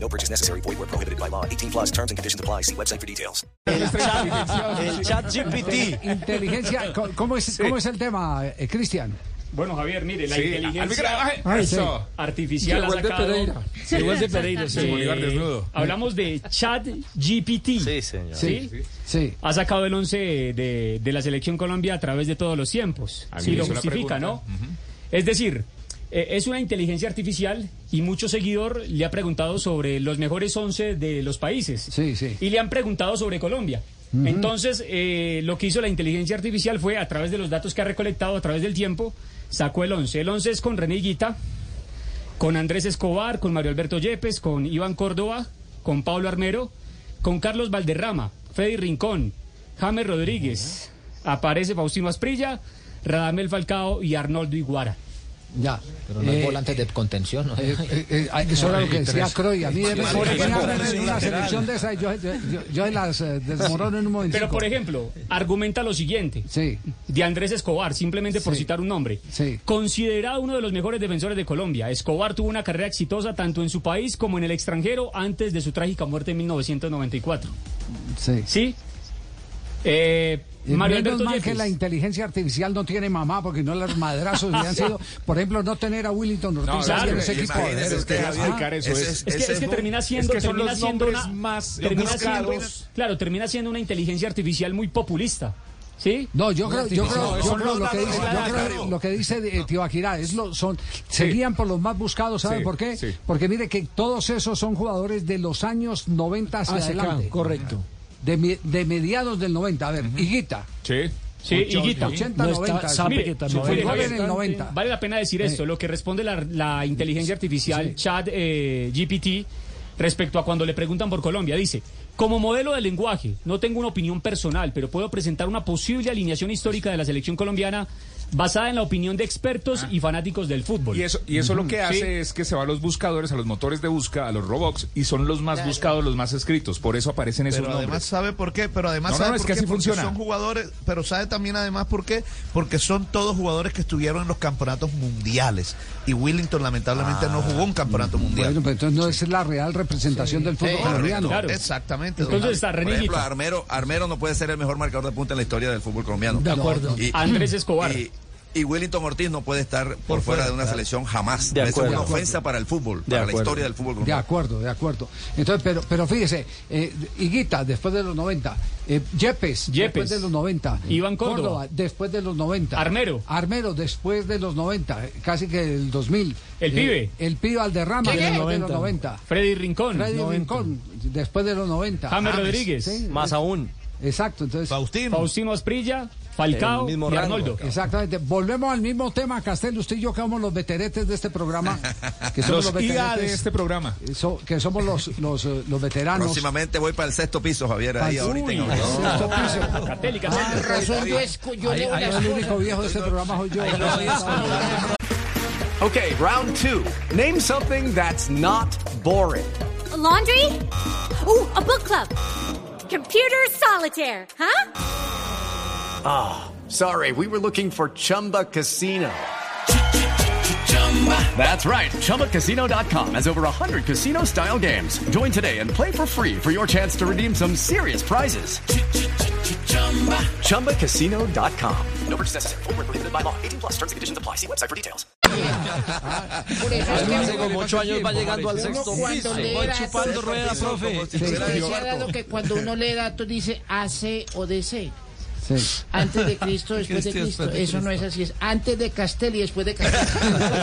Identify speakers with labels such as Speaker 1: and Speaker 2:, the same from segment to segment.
Speaker 1: No purchase necessary. Void where prohibited by law. 18 plus terms and conditions apply. See website for details.
Speaker 2: El chat GPT.
Speaker 3: Inteligencia, co- ¿cómo es, cómo es el tema, eh, Cristian?
Speaker 4: Bueno, Javier, mire, la Ah,
Speaker 2: Sí, al micrófono.
Speaker 4: inteligencia
Speaker 2: Ay, Eso.
Speaker 4: artificial ha
Speaker 5: Igual de
Speaker 4: sacado...
Speaker 5: Pereira.
Speaker 4: Igual de Pereira,
Speaker 2: Sí, Bolívar desnudo.
Speaker 4: Hablamos de ChatGPT.
Speaker 2: Sí, señor.
Speaker 4: ¿sí?
Speaker 3: Sí.
Speaker 4: Ha sacado el 11 de, de la selección Colombia a través de todos los tiempos.
Speaker 2: A mí
Speaker 4: Sí,
Speaker 2: me
Speaker 4: lo
Speaker 2: hizo la
Speaker 4: justifica,
Speaker 2: pregunta.
Speaker 4: ¿no? Es decir, eh, es una inteligencia artificial y mucho seguidor le ha preguntado sobre los mejores 11 de los países.
Speaker 3: Sí, sí.
Speaker 4: Y le han preguntado sobre Colombia. Entonces, eh, lo que hizo la inteligencia artificial fue, a través de los datos que ha recolectado a través del tiempo, sacó el 11. El 11 es con René Higuita, con Andrés Escobar, con Mario Alberto Yepes, con Iván Córdoba, con Pablo Armero, con Carlos Valderrama, Freddy Rincón, James Rodríguez, aparece Faustino Asprilla, Radamel Falcao y Arnoldo Iguara.
Speaker 3: Ya.
Speaker 5: Pero no hay
Speaker 3: Eh,
Speaker 5: volantes de contención, ¿no?
Speaker 3: eh, eh, eh, ay, eso era lo que decía Croy. A mí de- por qué me hablan de una selección de esas, yo, yo, yo- yo las eh, desmorono en un momento.
Speaker 4: Pero, por ejemplo, argumenta lo siguiente.
Speaker 3: Sí.
Speaker 4: de Andrés Escobar, simplemente por
Speaker 3: Sí.
Speaker 4: citar un nombre.
Speaker 3: Sí.
Speaker 4: Considerado uno de los mejores defensores de Colombia, Escobar tuvo una carrera exitosa tanto en su país como en el extranjero antes de su trágica muerte en 1994.
Speaker 3: Sí.
Speaker 4: ¿Sí? Eh,
Speaker 3: Eh,
Speaker 4: Mario
Speaker 3: menos
Speaker 4: Alberto
Speaker 3: mal que
Speaker 4: Yepes.
Speaker 3: la inteligencia artificial no tiene mamá, porque no los madrazos hubieran sido, por ejemplo, no tener a Willington Ortiz
Speaker 2: No,
Speaker 3: Sánchez
Speaker 4: claro,
Speaker 3: en los
Speaker 4: y
Speaker 3: equipos.
Speaker 2: imagínese usted
Speaker 3: Ah,
Speaker 2: explicar eso.
Speaker 6: Ese
Speaker 2: Es,
Speaker 4: Es que,
Speaker 6: Ese
Speaker 4: es que
Speaker 6: es-
Speaker 4: termina siendo,
Speaker 6: es que son
Speaker 4: termina
Speaker 6: los
Speaker 4: siendo
Speaker 6: nombres
Speaker 4: una,
Speaker 6: más
Speaker 4: termina siendo,
Speaker 6: buscados.
Speaker 4: una- claro, termina siendo una inteligencia artificial muy populista, ¿sí?
Speaker 3: No, yo creo, yo creo, yo
Speaker 6: son
Speaker 3: creo
Speaker 6: los
Speaker 3: lo que
Speaker 6: datos,
Speaker 3: dice,
Speaker 6: son
Speaker 3: yo
Speaker 6: los
Speaker 3: creo
Speaker 6: datos.
Speaker 3: lo que dice de- eh, Tibaquirá, es lo, son, se guían por los más buscados, ¿saben
Speaker 2: Sí,
Speaker 3: por qué?
Speaker 2: sí.
Speaker 3: Porque mire que todos esos son jugadores de los años 90 hacia
Speaker 5: Hacia acá,
Speaker 3: adelante.
Speaker 5: correcto.
Speaker 3: De, mi- de mediados del 90, a ver, Higuita,
Speaker 2: Sí.
Speaker 4: Sí, Higuita.
Speaker 3: 80,
Speaker 5: No está
Speaker 3: 90.
Speaker 5: Sape,
Speaker 3: mire,
Speaker 5: que tan
Speaker 3: se fue
Speaker 4: Oye,
Speaker 3: el gol en
Speaker 4: Javier,
Speaker 3: el 90.
Speaker 4: Vale la pena
Speaker 6: Eh.
Speaker 4: decir esto, lo que responde la, la inteligencia artificial Chat eh, GPT respecto a cuando le preguntan por Colombia. Dice, como modelo de lenguaje, no tengo una opinión personal, pero puedo presentar una posible alineación histórica de la selección colombiana basada en la opinión de expertos y fanáticos del fútbol.
Speaker 6: Ah. Y eso, y eso lo que hace
Speaker 4: Sí.
Speaker 6: es que se va a los buscadores, a los motores de busca, a los robots, y son los más buscados, los más escritos. Por eso aparecen esos
Speaker 7: Pero además
Speaker 6: nombres.
Speaker 7: sabe por qué, pero además
Speaker 6: No, no,
Speaker 7: sabe
Speaker 6: no, es
Speaker 7: por
Speaker 6: que
Speaker 7: qué,
Speaker 6: así
Speaker 7: porque
Speaker 6: funciona.
Speaker 7: son jugadores, pero sabe también además por qué, porque son todos jugadores que estuvieron en los campeonatos mundiales y Willington lamentablemente no
Speaker 6: Ah,
Speaker 7: jugó un campeonato mundial.
Speaker 3: Bueno, pero entonces no es la real representación del
Speaker 5: Eh,
Speaker 3: fútbol
Speaker 7: Correcto,
Speaker 3: colombiano.
Speaker 4: claro.
Speaker 7: Exactamente. don
Speaker 4: Entonces
Speaker 7: Javi.
Speaker 4: está
Speaker 6: Por
Speaker 4: René
Speaker 6: ejemplo,
Speaker 4: Higuita,
Speaker 6: Armero, Armero no puede ser el mejor marcador de punta en la historia del fútbol colombiano.
Speaker 5: De acuerdo.
Speaker 6: Y-
Speaker 4: Andrés Escobar.
Speaker 6: Y, y Wellington Ortiz no puede estar por,
Speaker 7: Por
Speaker 6: fuera,
Speaker 7: fuera,
Speaker 6: de una
Speaker 7: claro.
Speaker 6: selección jamás.
Speaker 8: De
Speaker 6: Es una
Speaker 8: acuerdo.
Speaker 6: ofensa para el fútbol, para la
Speaker 8: acuerdo.
Speaker 6: historia del fútbol
Speaker 3: De
Speaker 6: colombiano.
Speaker 3: acuerdo, de acuerdo. Entonces, pero, pero fíjese, eh, Higuita, después de los 90, eh, Yepes, después
Speaker 4: Yepes.
Speaker 3: de los 90,
Speaker 4: Iván Córdoba.
Speaker 3: después de los 90,
Speaker 4: Armero.
Speaker 3: Armero, después de los 90, eh, casi que el 2000.
Speaker 4: El pibe.
Speaker 3: El pibe Alderrama,
Speaker 5: ¿Quién
Speaker 3: después
Speaker 5: es?
Speaker 3: de los 90.
Speaker 4: Freddy Rincón,
Speaker 3: Freddy
Speaker 4: 90,
Speaker 3: Rincón, después de los 90.
Speaker 4: James Rodríguez,
Speaker 3: sí,
Speaker 8: Más aún.
Speaker 3: Exacto, entonces.
Speaker 7: Faustino.
Speaker 4: Faustino Asprilla, Falcao
Speaker 8: El mismo
Speaker 4: y
Speaker 8: rango.
Speaker 4: Arnoldo.
Speaker 3: Exactamente. Volvemos al mismo tema, Castel. Usted y yo que somos los veteretes de este programa. Que somos los,
Speaker 6: Los IA de
Speaker 3: veteretes,
Speaker 6: este programa.
Speaker 3: eh, so- que somos los, los, eh, los veteranos.
Speaker 6: Próximamente voy para el sexto piso, Javier. Ahí
Speaker 3: Al-
Speaker 6: ahorita. en
Speaker 3: Uy,
Speaker 6: agosto.
Speaker 3: sexto piso.
Speaker 4: Catélica,
Speaker 5: Con razón, yo, escu- yo leo
Speaker 3: Ahí
Speaker 5: las
Speaker 3: el
Speaker 5: cosas.
Speaker 3: único viejo de este programa soy yo.
Speaker 9: Okay, round two. Name something that's not boring.
Speaker 10: laundry? Ooh, a book club. Computer solitaire, huh?
Speaker 9: Sorry, we were looking for Chumba Casino. That's right, ChumbaCasino.com has over 100 casino style games. Join today and play for free for your chance to redeem some serious prizes. ChumbaCasino.com. No purchase necessary, forward, prohibited by law, 18 plus terms and conditions apply. See website for details.
Speaker 5: Por eso es que
Speaker 2: Hace
Speaker 5: uno-
Speaker 2: como ocho años va llegando al sexto
Speaker 5: uno cuando lee datos- se ha dado que cuando uno lee datos dice AC o DC.
Speaker 3: Sí.
Speaker 5: Antes de Cristo, después de Cristo. Eso no es así. Es antes de Castel y después de Castel.
Speaker 3: eso la- la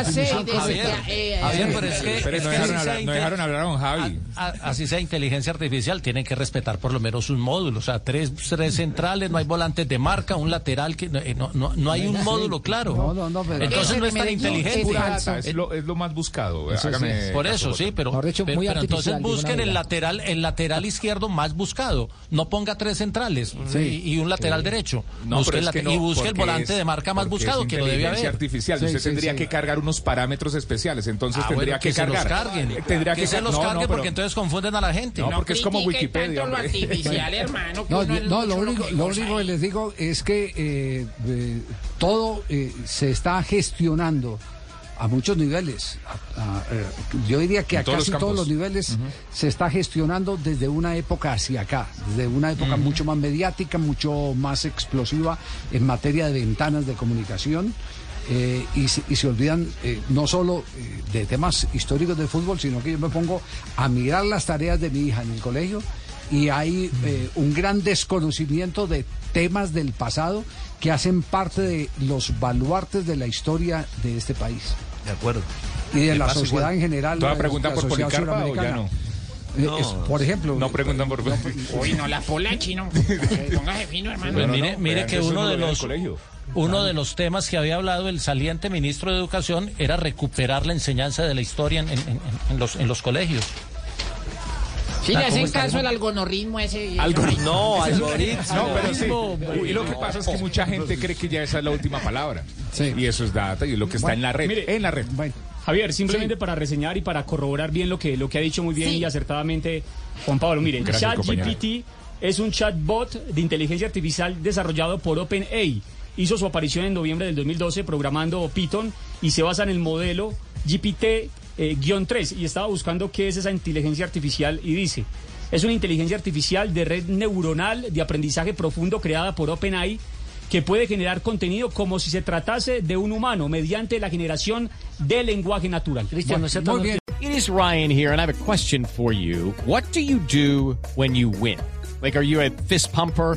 Speaker 5: Ah, sí,
Speaker 3: definición
Speaker 5: de-
Speaker 3: correcta.
Speaker 5: ya, eh, eh,
Speaker 8: Javier, pero es
Speaker 5: eh,
Speaker 8: que.
Speaker 6: Pero
Speaker 8: es
Speaker 6: no
Speaker 8: que
Speaker 6: dejaron
Speaker 8: así sea
Speaker 6: hablar- no
Speaker 8: inte-
Speaker 6: dejaron hablar a
Speaker 8: Ah,
Speaker 6: don Javi.
Speaker 8: a- a- Así sea inteligencia artificial, tienen que respetar por lo menos un módulo. O sea, tres, tres centrales, no hay volantes de marca, un lateral, que no, eh, no, no- no hay un módulo claro.
Speaker 3: No, no, no, pero-
Speaker 8: Entonces no es tan
Speaker 5: Ese
Speaker 8: inteligente.
Speaker 5: es
Speaker 6: Pura
Speaker 5: Exacto.
Speaker 6: alza, es lo, es lo más buscado. Hágame
Speaker 8: Por
Speaker 6: caso,
Speaker 8: eso,
Speaker 6: por
Speaker 8: sí, pero,
Speaker 3: Mejor dicho,
Speaker 8: pero,
Speaker 3: muy
Speaker 8: pero entonces
Speaker 3: artificial, digo,
Speaker 8: busquen
Speaker 3: una
Speaker 8: el
Speaker 3: verdad.
Speaker 8: lateral, el lateral izquierdo más buscado. No ponga tres centrales y, y un lateral derecho.
Speaker 6: No,
Speaker 8: Busque
Speaker 6: pero
Speaker 8: el
Speaker 6: es que
Speaker 8: late-
Speaker 6: no,
Speaker 8: y busque el
Speaker 6: porque
Speaker 8: volante
Speaker 6: es-
Speaker 8: de marca más
Speaker 6: porque
Speaker 8: buscado,
Speaker 6: es
Speaker 8: que lo debe
Speaker 6: inteligencia
Speaker 8: haber.
Speaker 6: artificial.
Speaker 3: Sí,
Speaker 6: Usted
Speaker 3: sí,
Speaker 6: tendría
Speaker 3: sí.
Speaker 6: que cargar unos parámetros especiales. Entonces
Speaker 8: Ah,
Speaker 6: tendría
Speaker 8: bueno, que,
Speaker 6: que,
Speaker 8: se los
Speaker 6: cargar. Eh,
Speaker 8: carguen.
Speaker 6: Tendría
Speaker 8: que,
Speaker 6: que,
Speaker 8: se
Speaker 6: car-
Speaker 8: los
Speaker 6: no, no,
Speaker 8: carguen
Speaker 6: pero-
Speaker 8: porque entonces confunden a la gente.
Speaker 6: No, porque es como
Speaker 5: critiquen
Speaker 6: Wikipedia,
Speaker 5: tanto lo
Speaker 6: hombre.
Speaker 5: artificial, hermano. que
Speaker 3: No,
Speaker 5: uno
Speaker 3: yo-
Speaker 5: es
Speaker 3: no, lo
Speaker 5: mucho
Speaker 3: único,
Speaker 5: que
Speaker 3: lo
Speaker 5: goza
Speaker 3: único que
Speaker 5: ahí.
Speaker 3: les digo es que eh, eh, todo eh, se está gestionando a muchos niveles. a- a, eh, yo diría que
Speaker 6: En
Speaker 3: a
Speaker 6: todos los
Speaker 3: casi todos
Speaker 6: campos.
Speaker 3: los niveles se está gestionando desde una época hacia acá, desde una época mucho más mediática, mucho más explosiva en materia de ventanas de comunicación. eh, y, se, y se olvidan eh, no solo eh, de temas históricos del fútbol, sino que yo me pongo a mirar las tareas de mi hija en el colegio y hay eh, un gran desconocimiento de temas del pasado que hacen parte de los baluartes de la historia de este país
Speaker 7: De acuerdo.
Speaker 3: y de
Speaker 7: Me
Speaker 3: la
Speaker 7: pasa
Speaker 3: sociedad
Speaker 7: igual.
Speaker 3: en general.
Speaker 6: ¿Toda
Speaker 3: la-
Speaker 6: pregunta
Speaker 3: la
Speaker 6: por
Speaker 3: sociedad
Speaker 6: Policarpa o ya
Speaker 3: suramericana.
Speaker 6: no?
Speaker 3: Eh, es- por ejemplo,
Speaker 6: No preguntan por.
Speaker 3: pues,
Speaker 5: Uy, no, la pola chino. Póngase fino, hermano.
Speaker 8: Pues
Speaker 6: No, no,
Speaker 8: mire,
Speaker 6: no,
Speaker 8: mire
Speaker 6: pero
Speaker 8: que
Speaker 6: antes
Speaker 8: uno
Speaker 6: uno
Speaker 8: de
Speaker 6: lo ve en el
Speaker 8: los
Speaker 6: colegio.
Speaker 8: uno de los temas que había hablado el saliente ministro de Educación era recuperar la enseñanza de la historia en, en- en- en los en los colegios.
Speaker 5: Sí, le hacen caso al algoritmo ese. y-
Speaker 2: No, algoritmo.
Speaker 6: No, pero sí. Y lo que pasa es que mucha gente cree que ya esa es la última palabra.
Speaker 3: Sí.
Speaker 6: Y eso es data y es lo que está en la red.
Speaker 4: Mire,
Speaker 6: en la red.
Speaker 3: bueno,
Speaker 4: Javier, simplemente para reseñar y para corroborar bien lo que, lo que ha dicho muy bien
Speaker 5: Sí.
Speaker 4: y acertadamente Juan Pablo. Mire,
Speaker 6: Gracias,
Speaker 4: ChatGPT es un chatbot de inteligencia artificial desarrollado por OpenAI. Hizo su aparición en noviembre del 2012 programando Python y se basa en el modelo GPT-3 eh, y estaba buscando qué es esa inteligencia artificial y dice, es una inteligencia artificial de red neuronal de aprendizaje profundo creada por OpenAI que puede generar contenido como si se tratase de un humano mediante la generación de lenguaje natural.
Speaker 3: muy bien.
Speaker 11: It is Ryan here, and I have a question for you. What do you do when you win? Like, are you a fist pumper?